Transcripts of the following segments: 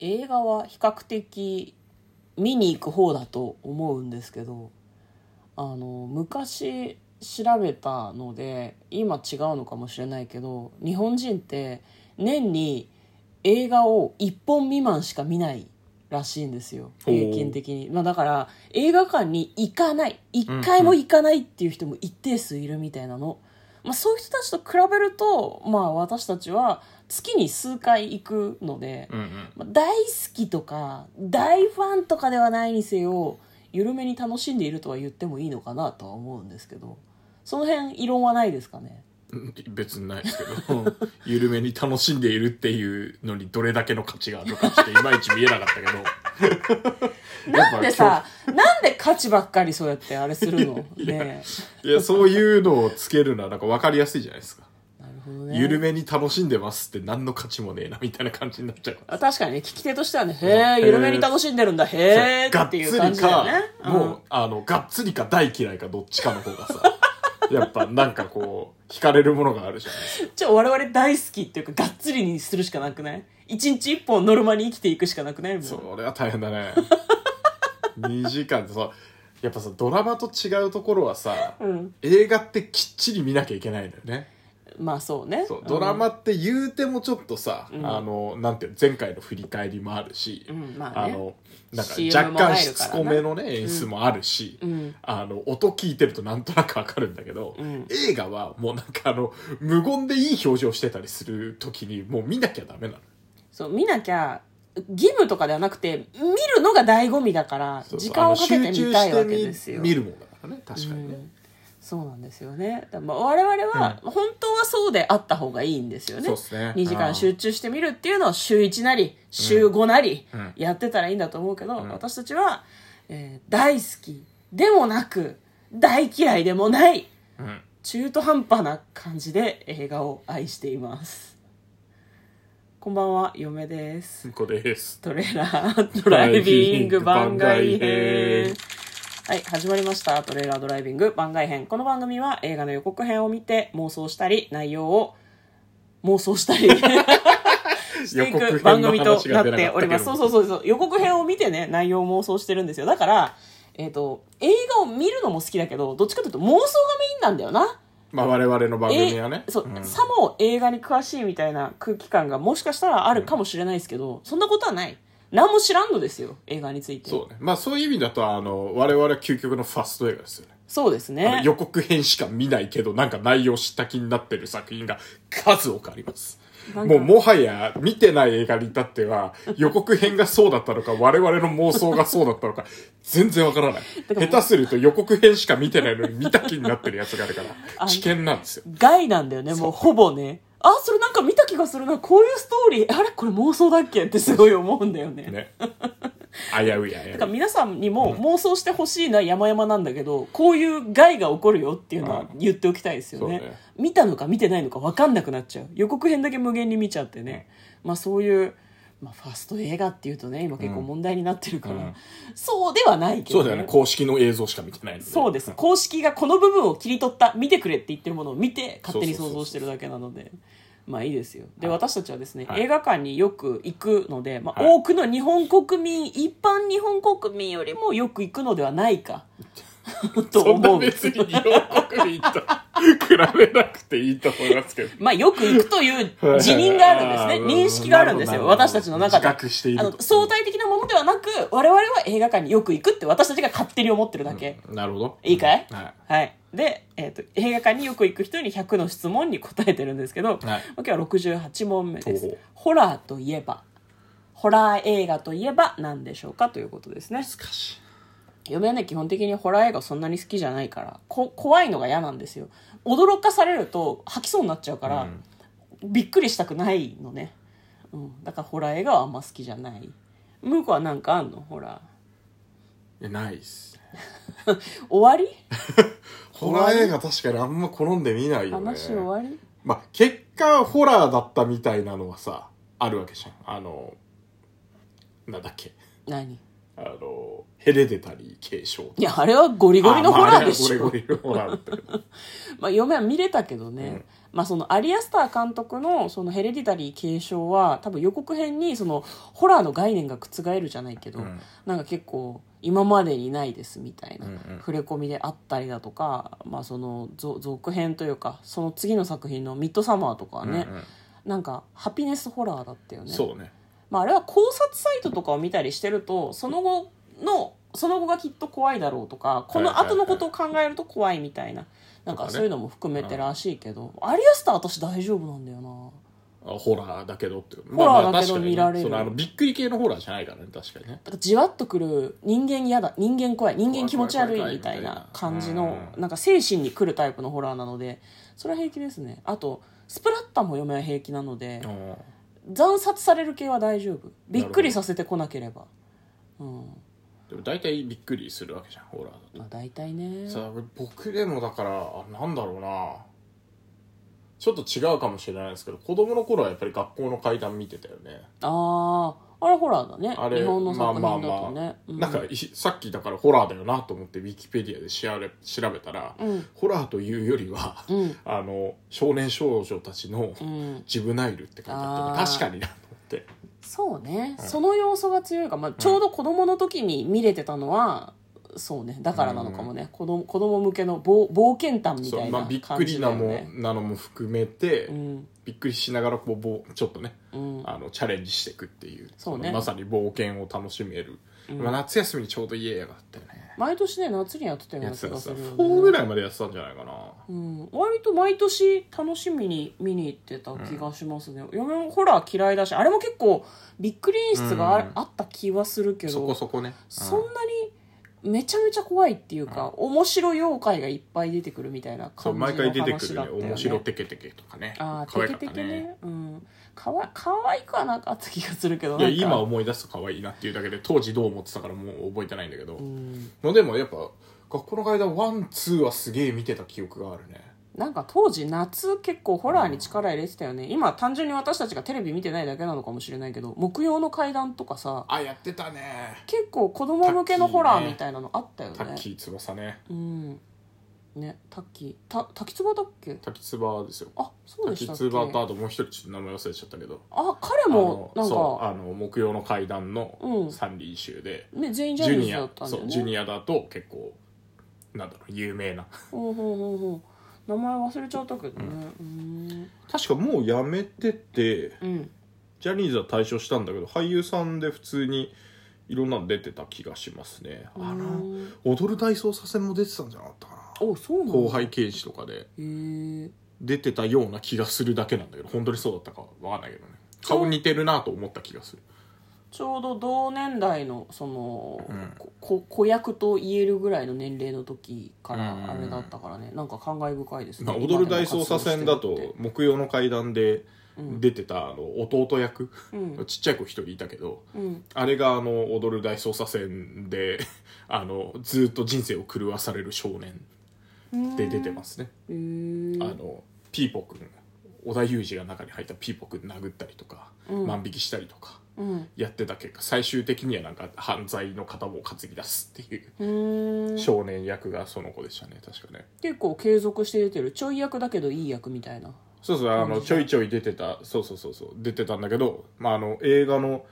映画は比較的見に行く方だと思うんですけどあの昔調べたので今違うのかもしれないけど日本人って年に映画を1本未満しか見ないらしいんですよほう平均的に、まあ、だから映画館に行かない1回も行かないっていう人も一定数いるみたいなの、まあ、そういう人たちと比べると、まあ、私たちは月に数回行くので、うんうんまあ大好きとか大ファンとかではないにせよ緩めに楽しんでいるとは言ってもいいのかなとは思うんですけどその辺異論はないですかねうん別にないですけ ど緩めに楽しんでいるっていうのにどれだけの価値があるのかっていまいち見えなかったけどや なっぱんでさなんで価値ばっかりそうやってあれす るのいやねいやそういうのをつけるのはなんか分かりやすいじゃないですか、えなるほどね緩めに楽しんでますって何の価値もねえなみたいな感じになっちゃうあ確かにね聞き手としてはね「へえ緩めに楽しんでるんだへえ」がっってついうり感じだよかね、もうあのがっつりか大嫌いかどっちかの方がさやっぱなんかこう惹かれるものがあるじゃないですかうんじゃあ我々大好きっていうかがっつりにするしかなくない一日一本ノルマに生きていくしかなくないもうそれは大変だね 2時間ってさやっぱさドラマと違うところはさ、うん映画ってきっちり見なきゃいけないのよねまあそうねそうドラマって言うてもちょっとさ、うんあのなんていうの前回の振り返りもあるし、うんまああねのなんか CM 若も入るからな干しつこめのね演出もあるし、うんあの音聞いてるとなんとなくわかるんだけど、うん映画はもうなんかあの無言でいい表情してたりする時にもう見なきゃダメなのそう見なきゃ義務とかではなくて見るのが醍醐味だからそう時間をかけてあの集中見してたみいわけですよ見るもんだからね確かにね、うんそうなんですよねだからまあ我々は本当はそうであった方がいいんですよね,、そうっすね2時う間ん集中して見るっていうのを週1なり週5なりうんやってたらいいんだと思うけど、ん私たちは、えー大好きでもなく大嫌いでもないうん中途半端な感じで映画を愛していますこんばんは嫁ですつんこですトレーラードライビング番外編。はい、始まりました。トレーラードライビング番外編。この番組は映画の予告編を見て妄想したり、内容を妄想した り、してい予告く編の番組と話なっが出なかったけてどおります。そうそうそうそう。予告編を見てね、内容を妄想してるんですよ。だから、えっ、と、映画を見るのも好きだけど、どっちかというと妄想がメインなんだよな。まあ我々の番組はねえそう、んさも映画に詳しいみたいな空気感がもしかしたらあるかもしれないですけど、そんなことはない何も知らんのですよ映画についてそうねまあそういう意味だとあの我々は究極のファスト映画ですよねそうですあねの予告編しか見ないけどなんか内容知った気になってる作品が数多くありますなんかもうもはや見てない映画に至って は予告編がそうだったのか我々の妄想がそうだったのか全然わからないから下手すると予告編しか見てないのに見た気になってるやつがあるかあら危険なんですよ害なんだよねもうほぼねあそれなんか見た気がするなこういうストーリーあれこれ妄想だっけってすごい思うんだよねね危うい危だかうらい皆さんにも妄想してほしいのは山々なんだけどこういう害が起こるよっていうのは言っておきたいですよね,、うんそうね見たのか見てないのか分かんなくなっちゃう予告編だけ無限に見ちゃってね、まあそういう、まあ、ファスト映画っていうとね今結構問題になってるから、うんそうではないけそど、うだよね公式の映像しか見てないのでそうです公式がこの部分を切り取った見てくれって言ってるものを見て勝手に想像してるだけなのでまあいいですよで、私たちはですね、はい映画館によく行くので、まあはい多くの日本国民一般日本国民よりもよく行くのではないか とそん思なうんです別に日本国民と比べなくていいと思いますけどまあ、よく行くという自認があるんですね。はいはいはい認識があるんですなるよ。ほどなる私ほどたちの中で。自覚しているあとの、相対的なものではなく、我々は映画館によく行くって私たちが勝手に思ってるだけ。なるほどいいかいははい。で、えっ、と、映画館によく行く人に100の質問に答えてるんですけど、はい今日は68問目ですほう。ホラーといえば、ホラー映画といえば何でしょうかということですね。難しい嫁はね基本的にホラー映画そんなに好きじゃないからこ怖いのが嫌なんですよ驚かされると吐きそうになっちゃうから、びっくりしたくないのね、うん、だからホラー映画はあんま好きじゃない向こうはなんかあんのホラいやないっすー終わホラー映画確かにあんま好んで見ないりよね話終わりまあ結果ホラーだったみたいなのはさあるわけじゃんあのなんだっけ何あの、ヘレデタリー継承。いやあれはゴリゴリのホラーでしょあまああれはゴリゴリのホラーだったけど。まあ、嫁は見れたけどね、うんまあ、そのアリアスター監督のそのヘレディタリー継承は多分予告編にそのホラーの概念が覆るじゃないけど、うんなんか結構今までにないですみたいなうんうん触れ込みであったりだとか、まあ、そのぞ続編というかその次の作品の「ミッドサマー」とかはね、うんうんなんかハピネスホラーだったよね。そうね。まあ、あれは考察サイトとかを見たりしてるとその後のその後がきっと怖いだろうとかこの後のことを考えると怖いみたいななんかそういうのも含めてらしいけど、アリアスター私大丈夫なんだよなあホラーだけどってこと。ホラーだけどまあまあ確かにね見られるそのあの、びっくり系のホラーじゃないからね、確かにね。だからじわっとくる人間嫌だ人間怖い人間気持ち悪い怖い怖い怖いみたいみたいなな感じうんのうんうんなんか精神に来るタイプのホラーなのでそれは平気ですねあとスプラッタも嫁は平気なのでうん惨殺される系は大丈夫びっくりさせてこなければうんでも大体びっくりするわけじゃん、ホラーだと。まあ大体ねさあ僕でもだからあなんだろうなちょっと違うかもしれないですけど子供の頃はやっぱり学校の怪談見てたよねあああれホラーだねあれ日本の作品だとね、まあまあまあうんなんかいさっきだからホラーだよなと思ってウィキペディアで調べ調べたら、うんホラーというよりは、うんあの少年少女たちのうんジブナイルって書いてあってあー確かになと思ってそうね、その要素が強いか、まあ、ちょうど子供の時に見れてたのは、そうねだからなのかもね、子供子供向けの冒冒険探みそたう、いまあ、なびっく感りじなだよもねなのも含めて、うんびっくりしながらこうぼうちょっとねうんあのチャレンジしていくっていうそうねのまさに冒険を楽しめる、うんまあ、夏休みにちょうどいい映画だったよね毎年ね夏にやってたようやなつ気てがたすさるよ4ぐねらいまでやってたんじゃないかなうん、割と毎年楽しみに見に行ってた気がしますね、嫁もホラー嫌いだしあれも結構びっくり演出があ,、うんあった気はするけどそこそこねそんなにめちゃめちゃ怖いっていうか、面白妖怪がいっぱい出てくるみたいなそう感じの毎話回出てくだっるたねよね面白テケテケとかねああテ可ケ愛かったテケねうんかわかわいくはなかった気がするけどいやなんか今思い出すと可愛いなっていうだけで当時どう思ってたからもう覚えてないんだけど、うんまあでもやっぱ学校の間ワンツーはすげえ見てた記憶があるねなんか当時夏結構ホラーに力入れてたよね今単純に私たちがテレビ見てないだけなのかもしれないけど木曜の階段とかさあやってたね結構子供向けのホラーみたいなのあったよねタッキー翼ねうんねタッキーた滝つばだっけ滝翼ですよあそうで滝したっ翼けとあともう一人ちょっと名前忘れちゃったけどあ彼もあのなんそうかあの木曜の階段うのん三輪集で、ね全員ジジャュニーズニだアったんだそようねジュニアだと結構なんだろう有名なほうほうほうほう名前忘れちゃったけどねうん確かもう辞めててうんジャニーズは退所したんだけど俳優さんで普通にいろんなの出てた気がしますねあのうん踊る大捜査線も出てたんじゃなかったかなおそうなんだ後輩刑事とかでへえ出てたような気がするだけなんだけど本当にそうだったかわかんないけどね顔似てるなと思った気がするちょうど同年代のその、うんここ子役と言えるぐらいの年齢の時からうんあれだったからね、なんか感慨深いですねまあ、踊る大捜査線だ今でもと木曜の階段で出てたあの弟役、うちっちゃい子一人いたけど活動してるってうんあれがあの踊る大捜査線で あのずっと人生を狂わされる少年うんで出てますね、へえあのピーポくん織田裕二が中に入ったピーポくん殴ったりとか、うん万引きしたりとかうんやってた結果最終的にはなんか犯罪の片棒を担ぎ出すっていううん少年役がその子でしたね確かね結構継続して出てるちょい役だけどいい役みたいなそうそうあのうんちょいちょい出てたそうそうそうそう出てたんだけど、まあ、あの映画の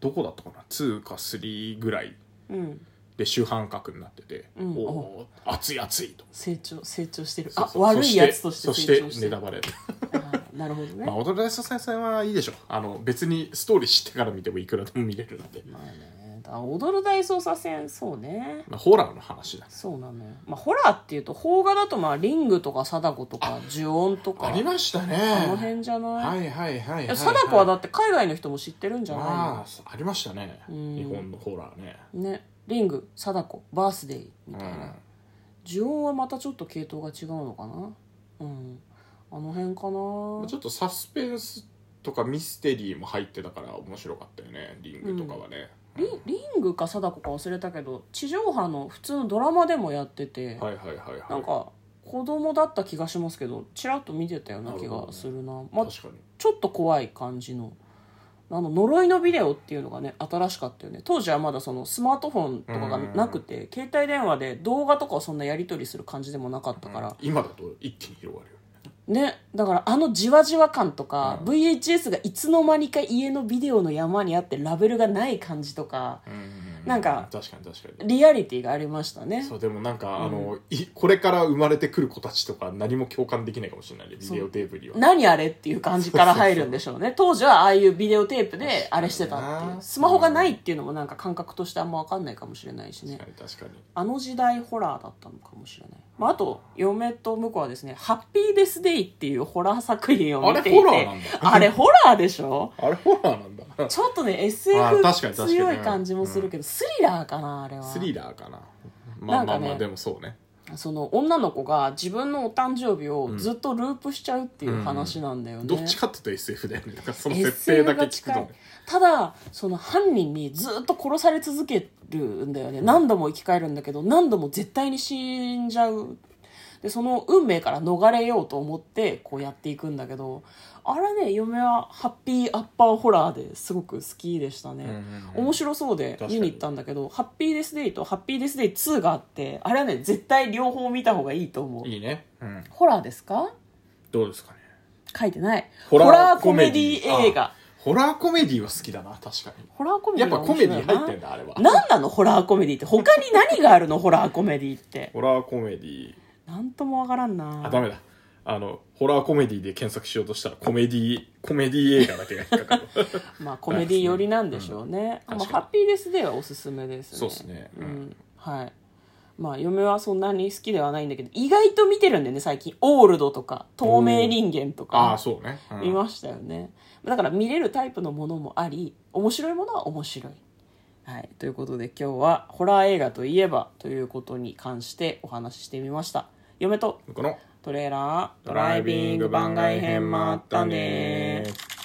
どこだったかな2か3ぐらいうんで主犯格になってて、うんおお熱い熱いと成長成長してるそうそうあ悪いやつとしてそして成そ長ししててネタるバレ、あーなるほどね、まあ、踊る大捜査線はいいでしょあの別にストーリー知ってから見てもいくらでも見れるので、まあね、だから踊る大捜査線そうねまあ、ホラーの話だそうなのよ、まあ、ホラーっていうと邦画だとまあリングとか貞子とか呪音とかありましたねあの辺じゃない,、はいいはいはいはいや貞子はだっって海外の人も知ってるんじたゃないの、ああありましたねうん日本のホラーねねリング貞子バースデーみうんたいな、呪音はまたちょっと系統が違うのかなうんあの辺かまあなちょっとサスペンスとかミステリーも入ってたから面白かったよねリングとかはね、リリングか貞子か忘れたけど地上波の普通のドラマでもやってて、はいはいはいはいなんか子供だった気がしますけどちらっと見てたような気がするな、まあ確かにちょっと怖い感じのあの呪いのビデオっていうのがね新しかったよね当時はまだそのスマートフォンとかがなくて携帯電話で動画とかをそんなやり取りする感じでもなかったから、今だと一気に広がるよねねだからあのじわじわ感とか、VHS がいつの間にか家のビデオの山にあってラベルがない感じとか、なんか確かに確かにリアリティがありましたねそうでもなんか、あのいこれから生まれてくる子たちとか何も共感できないかもしれないねビデオテープには何あれっていう感じから入るんでしょうね当時はああいうビデオテープであれしてたって確かいにうなスマホがないっていうのもなんか感覚としてあんま分かんないかもしれないしね確かに確かにあの時代ホラーだったのかもしれない、まあ、あと嫁と婿はですね「ハッピーデス・デイ」っていうホラー作品を見ていてあれホラーなん だあれホラーでしょ あれホラーなんだちょっとねあ SF 確かに確かに強い感じもするけどスリラーかなあれはスリラーかなまなあまあまんかあねでもそうねその女の子が自分のお誕生日をずっとループしちゃうっていう話なんだよね、どっちかっていうと SF だよねだからその設定だけ聞く SF とがね近いただその犯人にずっと殺され続けるんだよね何度も生き返るんだけど何度も絶対に死んじゃうでその運命から逃れようと思ってこうやっていくんだけどあれね嫁はハッピーアッパーホラーですごく好きでしたね、うんうんうん面白そうで確かに見に行ったんだけど「ハッピーデス・デイ」と「ハッピーデス・デイ2」があってあれはね絶対両方見た方がいいと思ういいね、うん、ホラーですかどうですかね書いてないホラーコメディ映画あホラーコメディは好きだな確かにホラーコメデやィっがぱコ面白メいデなィ入ってんだあれは何なのホラーコメディって他に何があるのホラーコメディってホラーコメディなんともわからんあなダメだあのホラーコメディで検索しようとしたらコメディコメディ映画だけが引っかかるまあコメディ寄りなんでしょうね、うまんあ、確ハかにッピーデスデーはおすすめですねそうっすねううんんはいまあ嫁はそんなに好きではないんだけど意外と見てるんだよね最近「オールド」とか「透明人間」と ああかそうね、うん見ましたよね、だから見れるタイプのものもあり面白いものは面白いはい、ということで今日はホラー映画といえばということに関してお話ししてみました嫁とこのトレーラードドラライイビビンンググ番番外外編編ももああっったたねね